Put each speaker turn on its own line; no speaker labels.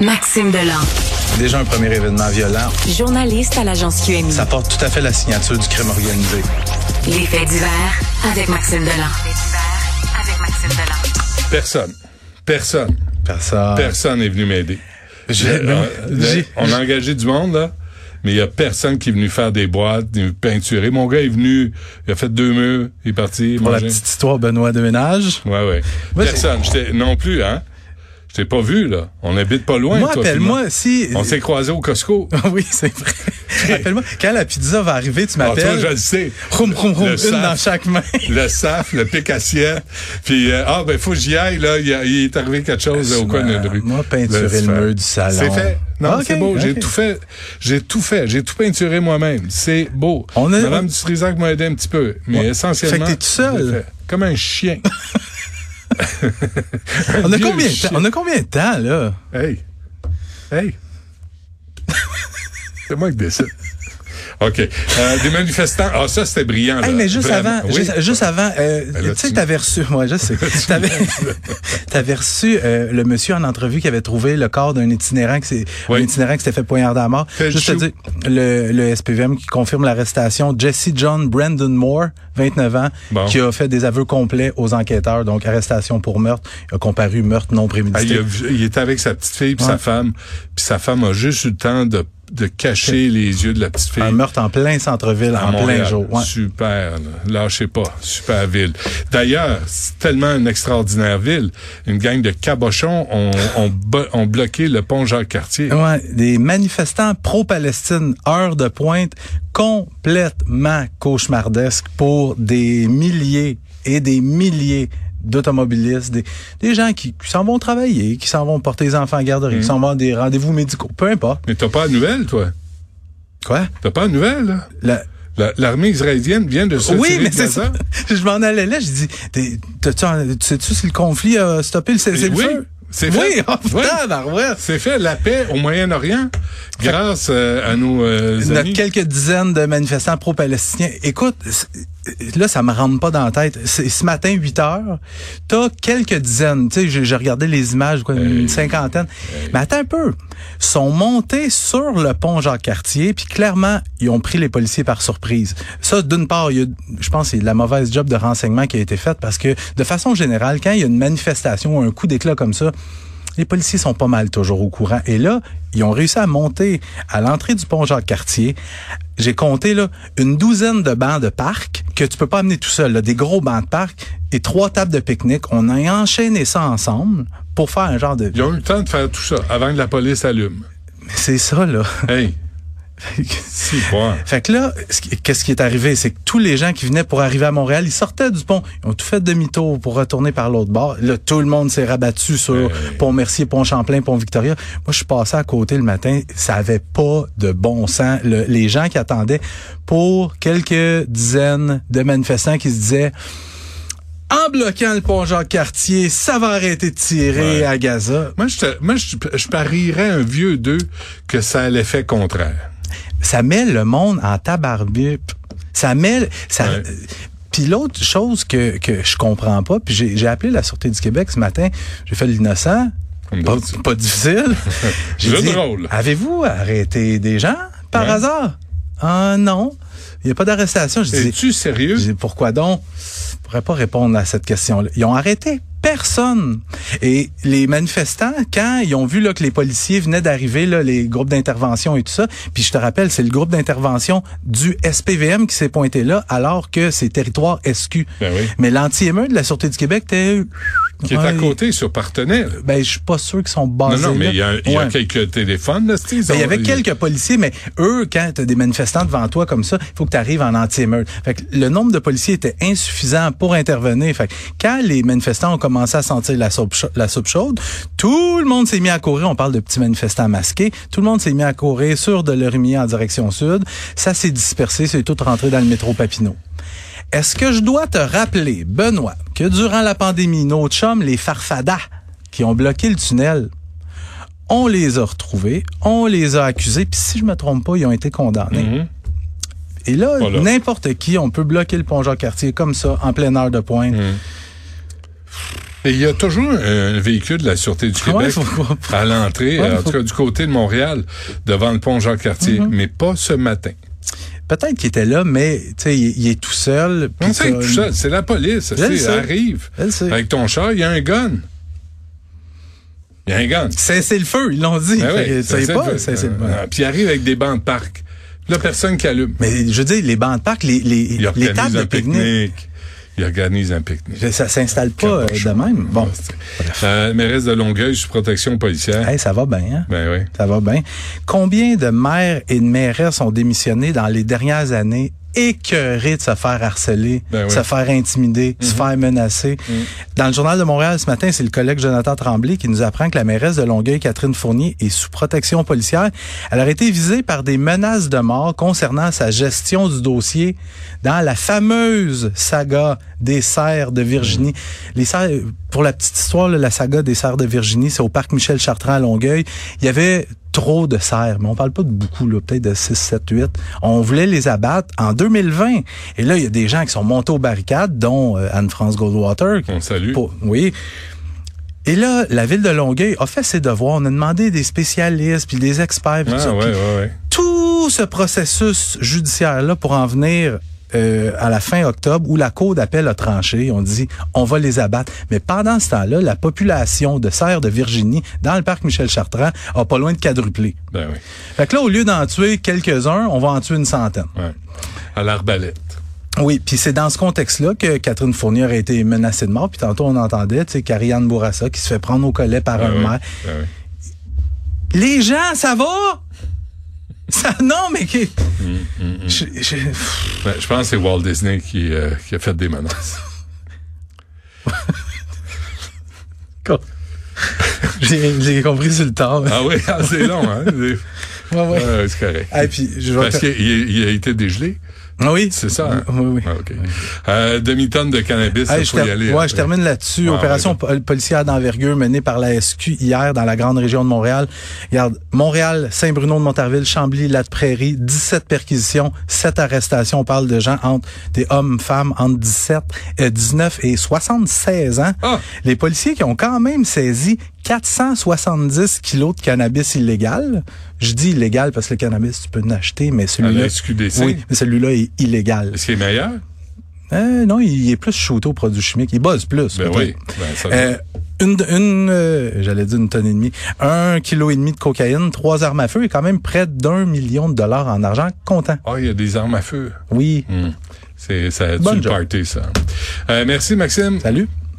Maxime Delan,
Déjà un premier événement violent,
journaliste à l'agence QMI.
ça porte tout à fait la signature du crime organisé.
Les faits divers avec Maxime Delan.
Personne. Personne.
Personne.
Personne n'est venu m'aider.
J'ai-
Là,
non,
là,
j'ai-
on a engagé du monde, là. Mais il y a personne qui est venu faire des boîtes, ni peinturer. Mon gars est venu, il a fait deux murs, il est parti.
Pour la
manger.
petite histoire, Benoît de ménage.
Ouais, ouais.
Moi,
personne. J'étais- non plus, hein. Je t'ai pas vu, là. On habite pas loin,
Moi,
toi,
appelle-moi
finalement.
si.
On s'est croisés au Costco.
oui, c'est vrai. appelle-moi. Quand la pizza va arriver, tu
Ah, toi,
m'appelles.
je le sais.
Roum, roum, roum,
Le
une
saf.
dans chaque main.
Le saf, le pic assiette. Puis, euh, ah, ben, faut que j'y aille, là. Il, y a- il est arrivé quelque chose euh, au coin de la rue.
Moi, peinturer
Là,
le
c'est
mur
fait.
du salon.
C'est fait. Non,
Ah, Ok,
c'est beau. J'ai
ok.
tout fait. J'ai tout fait. J'ai tout peinturé moi-même. C'est beau.
On est-
Madame Dutrisac m'a aidé un petit peu. Mais
Ouais.
essentiellement.
Fait que t'es tout seul.
j'ai fait. Comme un chien.
On a,
Vieux
combien de
chien.
temps? on a combien de temps, là?
Hey. Hey. c'est moi qui décide. OK. Euh, des manifestants. Ah, ça, c'était brillant.
Hey,
là.
mais juste
Vraiment.
avant,
Oui. Ben
juste, juste avant, euh,
là,
tu sais,
tu-
t'avais reçu, ouais, je sais, t'avais, t'avais reçu euh, le monsieur en entrevue qui avait trouvé le corps d'un itinérant qui s'est,
Oui.
un itinérant qui s'était fait poignarder à mort.
Fait le
juste te
chou.
dire, le, le SPVM qui confirme l'arrestation, Jesse John Brandon Moore, 29 ans,
Bon.
qui a fait des aveux complets aux enquêteurs, donc arrestation pour meurtre, il a comparu meurtre non
Ah, il,
prémédité.
a vu- il était avec sa petite fille puis
Ouais.
sa femme. Puis sa femme a juste eu le temps de, de cacher les yeux de la petite fille.
un meurtre en plein centre-ville,
à
en plein
Montréal.
jour. Ouais.
Super, là. lâchez pas, super ville. D'ailleurs, c'est tellement une extraordinaire ville. Une gang de cabochons ont, ont, bo- ont bloqué le pont Jacques-Cartier.
Ouais, des manifestants pro-Palestine, heure de pointe, complètement cauchemardesque pour des milliers et des milliers d'automobilistes, des, des gens qui, qui s'en vont travailler, qui s'en vont porter les enfants en
Mhm.
garderie, qui s'en vont à des rendez-vous médicaux, peu importe.
Mais t'as pas de nouvelles, toi?
Quoi?
T'as pas de nouvelles, là?
La-
La- L'armée israélienne vient de se
oui,
retirer
mais
de
c'est
Gaza.
ça. Je m'en allais là, je dis, t'es- t'as-tu en- tu sais-tu si le conflit a stoppé le
Et
cessez-le-feu?
oui, c'est fait.
Oui, oh,
Oui.
putain, barouette.
C'est fait, la paix au Moyen-Orient, grâce euh, à nos euh,
Notre
amis.
quelques dizaines de manifestants pro-palestiniens. Écoute, c- euh, là, ça me rentre pas dans la tête. C'est ce matin, 8 heures, t'as quelques dizaines. Tu sais, j'ai j'ai regardé les images, quoi, une cinquantaine. Mais attends un peu. Sont montés sur le pont Jacques-Cartier, puis clairement, ils ont pris les policiers par surprise. Ça, d'une part, il y a, je pense, c'est de la mauvaise job de renseignement qui a été faite parce que, de façon générale, quand il y a une manifestation ou un coup d'éclat comme ça, les policiers sont pas mal toujours au courant. Et là, ils ont réussi à monter à l'entrée du pont Jacques-Cartier. J'ai compté là, une douzaine de bancs de parc que tu peux pas amener tout seul. là, des gros bancs de parc et trois tables de pique-nique. On a enchaîné ça ensemble pour faire un genre de...
Ils ont eu le temps de faire tout ça avant que la police allume.
Mais C'est ça, là.
Hey, si, bon.
Fait que là, ce qui- qu'est-ce qui est arrivé? C'est que tous les gens qui venaient pour arriver à Montréal, ils sortaient du pont. Ils ont tout fait demi-tour pour retourner par l'autre bord. Là, tout le monde s'est rabattu sur Pont Mercier, Pont Champlain, Pont Victoria. Moi, je suis passé à côté le matin. Ça avait pas de bon sens. Le- les gens qui attendaient pour quelques dizaines de manifestants qui se disaient en bloquant le pont Jacques-Cartier, ça va arrêter de tirer
Ouais.
à Gaza.
Moi, je, te- moi je, je parierais un vieux d'eux que ça a l'effet contraire.
ça met le monde en tabarbupe. Ça met ça
Ouais.
puis l'autre chose que, que je comprends pas, puis j'ai j'ai appelé la Sûreté du Québec ce matin, j'ai fait l'innocent,
Comme
pas,
d'habitude.
pas difficile.
Le
j'ai dit,
drôle.
avez-vous arrêté des gens par
Ouais.
hasard? Ah non, il n'y a pas d'arrestation. Je dis,
Es-tu sérieux?
je dis, pourquoi donc? Je pourrais pas répondre à cette question-là. Ils ont arrêté personne. Et les manifestants, quand ils ont vu là, que les policiers venaient d'arriver, là, les groupes d'intervention et tout ça, puis je te rappelle, c'est le groupe d'intervention du SPVM qui s'est pointé là, alors que c'est territoire SQ.
Ben oui.
Mais l'anti-ME de la Sûreté du Québec, t'es...
Qui
Ah,
est à côté sur Partenay. là.
Ben, je suis pas sûr qu'ils sont
Non,
basés
non, mais il y a,
là.
il y a
Ah, Ouais.
quelques téléphones, là, c'est- ils
Ben, Il y
ont-
avait quelques policiers, mais eux, quand tu as des manifestants devant toi comme ça, il faut que tu arrives en anti-émeute. Fait que le nombre de policiers était insuffisant pour intervenir. Fait que quand les manifestants ont commencé à sentir la soupe, cha- la soupe chaude, tout le monde s'est mis à courir. On parle de petits manifestants masqués. Tout le monde s'est mis à courir sur de l'Orimier en direction sud. Ça s'est dispersé. C'est tout rentré dans le métro Papineau. Est-ce que je dois te rappeler, Benoît, que durant la pandémie, nos chums, les farfadas qui ont bloqué le tunnel, on les a retrouvés, on les a accusés, puis si je me trompe pas, ils ont été condamnés.
Mhm.
Et là,
Voilà. Mhm.
n'importe qui, on peut bloquer le pont Jacques-Cartier comme ça, en pleine heure de pointe.
Et il y a toujours un véhicule de la Sûreté du
Ah Ouais,
Québec
faut-
à l'entrée,
Ouais, faut-
en
Mhm.
tout cas du côté de Montréal, devant le pont Jean-Cartier, mais pas ce matin.
Peut-être qu'il était là, mais tu sais, il, il est tout seul. puis
On sait
t'as
que tout
une-
ça, c'est la police.
Je le
c'est-
sais.
Arrive.
Je le sais.
Avec ton char, il y a un gun. Il y a un gun.
Cessez le feu, ils l'ont dit.
Ben
Fait
oui,
que,
ça,
tu sais
c'est
pas,
le-
cessez le feu.
Ah, Puis il arrive avec des bancs de parc. Là, personne qui allume.
Mais je veux dire, les bancs de parc, les, les,
Il
les
organise
tables de
un
pique-nique,
pique-nique. Il organise un pique-nique.
ça s'installe pas euh, de
Cabochon.
même. Bon,
Euh, mairesse de Longueuil sous protection policière.
hey, ça va bien, hein?
Ben oui.
Ça va bien. Combien de maires et de mairesses ont démissionné dans les dernières années écœurés de se faire harceler,
Ben oui. Mm-hmm.
se faire intimider, se faire menacer? Dans le Journal de Montréal ce matin, c'est le collègue Jonathan Tremblay qui nous apprend que la mairesse de Longueuil, Catherine Fournier, est sous protection policière. Elle aurait été visée par des menaces de mort concernant sa gestion du dossier dans la fameuse saga des serres de Virginie. Les serres, pour la petite histoire, là, la saga des serres de Virginie, c'est au parc Michel Chartrand à Longueuil. Il y avait trop de serres, mais on parle pas de beaucoup, là, peut-être de 6, 7, 8. On voulait les abattre en 2020. Et là, il y a des gens qui sont montés aux barricades, dont euh, Anne-France Goldwater.
On le salue.
Pour- oui. Et là, la ville de Longueuil a fait ses devoirs. On a demandé des spécialistes, puis des experts, puis tout
Ah,
ça.
ouais,
Puis
ouais, ouais.
tout ce processus judiciaire-là pour en venir euh, à la fin octobre où la Cour d'appel a tranché. On dit, on va les abattre. Mais pendant ce temps-là, la population de serres de Virginie dans le parc Michel Chartrand a pas loin de quadruplé.
Ben oui.
Fait que là, au lieu d'en tuer quelques-uns, on va en tuer une centaine.
Ouais. À l'arbalète.
Oui, puis c'est dans ce contexte-là que Catherine Fournier a été menacée de mort. Puis tantôt, on entendait, tu sais, Karianne Bourassa qui se fait prendre au collet par
Ah
un
oui,
maire.
ah oui.
Les gens, ça va? Ça, non, mais que...
Mm,
Je- je-
Ben, je pense que c'est Walt Disney qui, euh, qui a fait des menaces.
J'ai j'ai compris sur le temps.
Ah oui, ah, c'est long, hein? C'est-
Ouais, ouais.
Ouais, c'est correct.
Ah, puis, je vais
Euh, Parce
te-
qu'il est- il a été dégelé,
Ah oui?
c'est ça? hein?
Oui, oui.
Ah, OK. Euh, Demi-tonne de cannabis,
Hey,
il
je,
faut
ter-
y aller.
ouais,
hein. après.
je termine là-dessus.
Ouais,
Opération pol- policière d'envergure menée par la SQ hier dans la grande région de Montréal. Regarde, Montréal, Saint-Bruno de Montarville, Chambly, Latte-Prairie, 17 perquisitions, 7 arrestations. On parle de gens entre des hommes, femmes, entre 17, euh, 19 et 76 ans.
Ah!
Les policiers qui ont quand même saisi 470 kilos de cannabis illégal. Je dis illégal parce que le cannabis, tu peux l'acheter, mais
À
celui-là...
la SQDC?
Oui, mais celui-là est illégal.
Est-ce qu'il est meilleur?
Euh, non, il est plus shooté aux produits chimiques. Il buzz plus.
Ben
peut-être.
oui. Ben, ça doit-
Euh, une, une euh, j'allais dire une tonne et demie, un kilo et demi de cocaïne, trois armes à feu et quand même près d'un million de dollars en argent comptant.
Ah, il y a des armes à feu.
Oui.
Hmm. C'est ça, a-tu
Bonne
le
job.
party, ça. Euh, merci, Maxime.
Salut.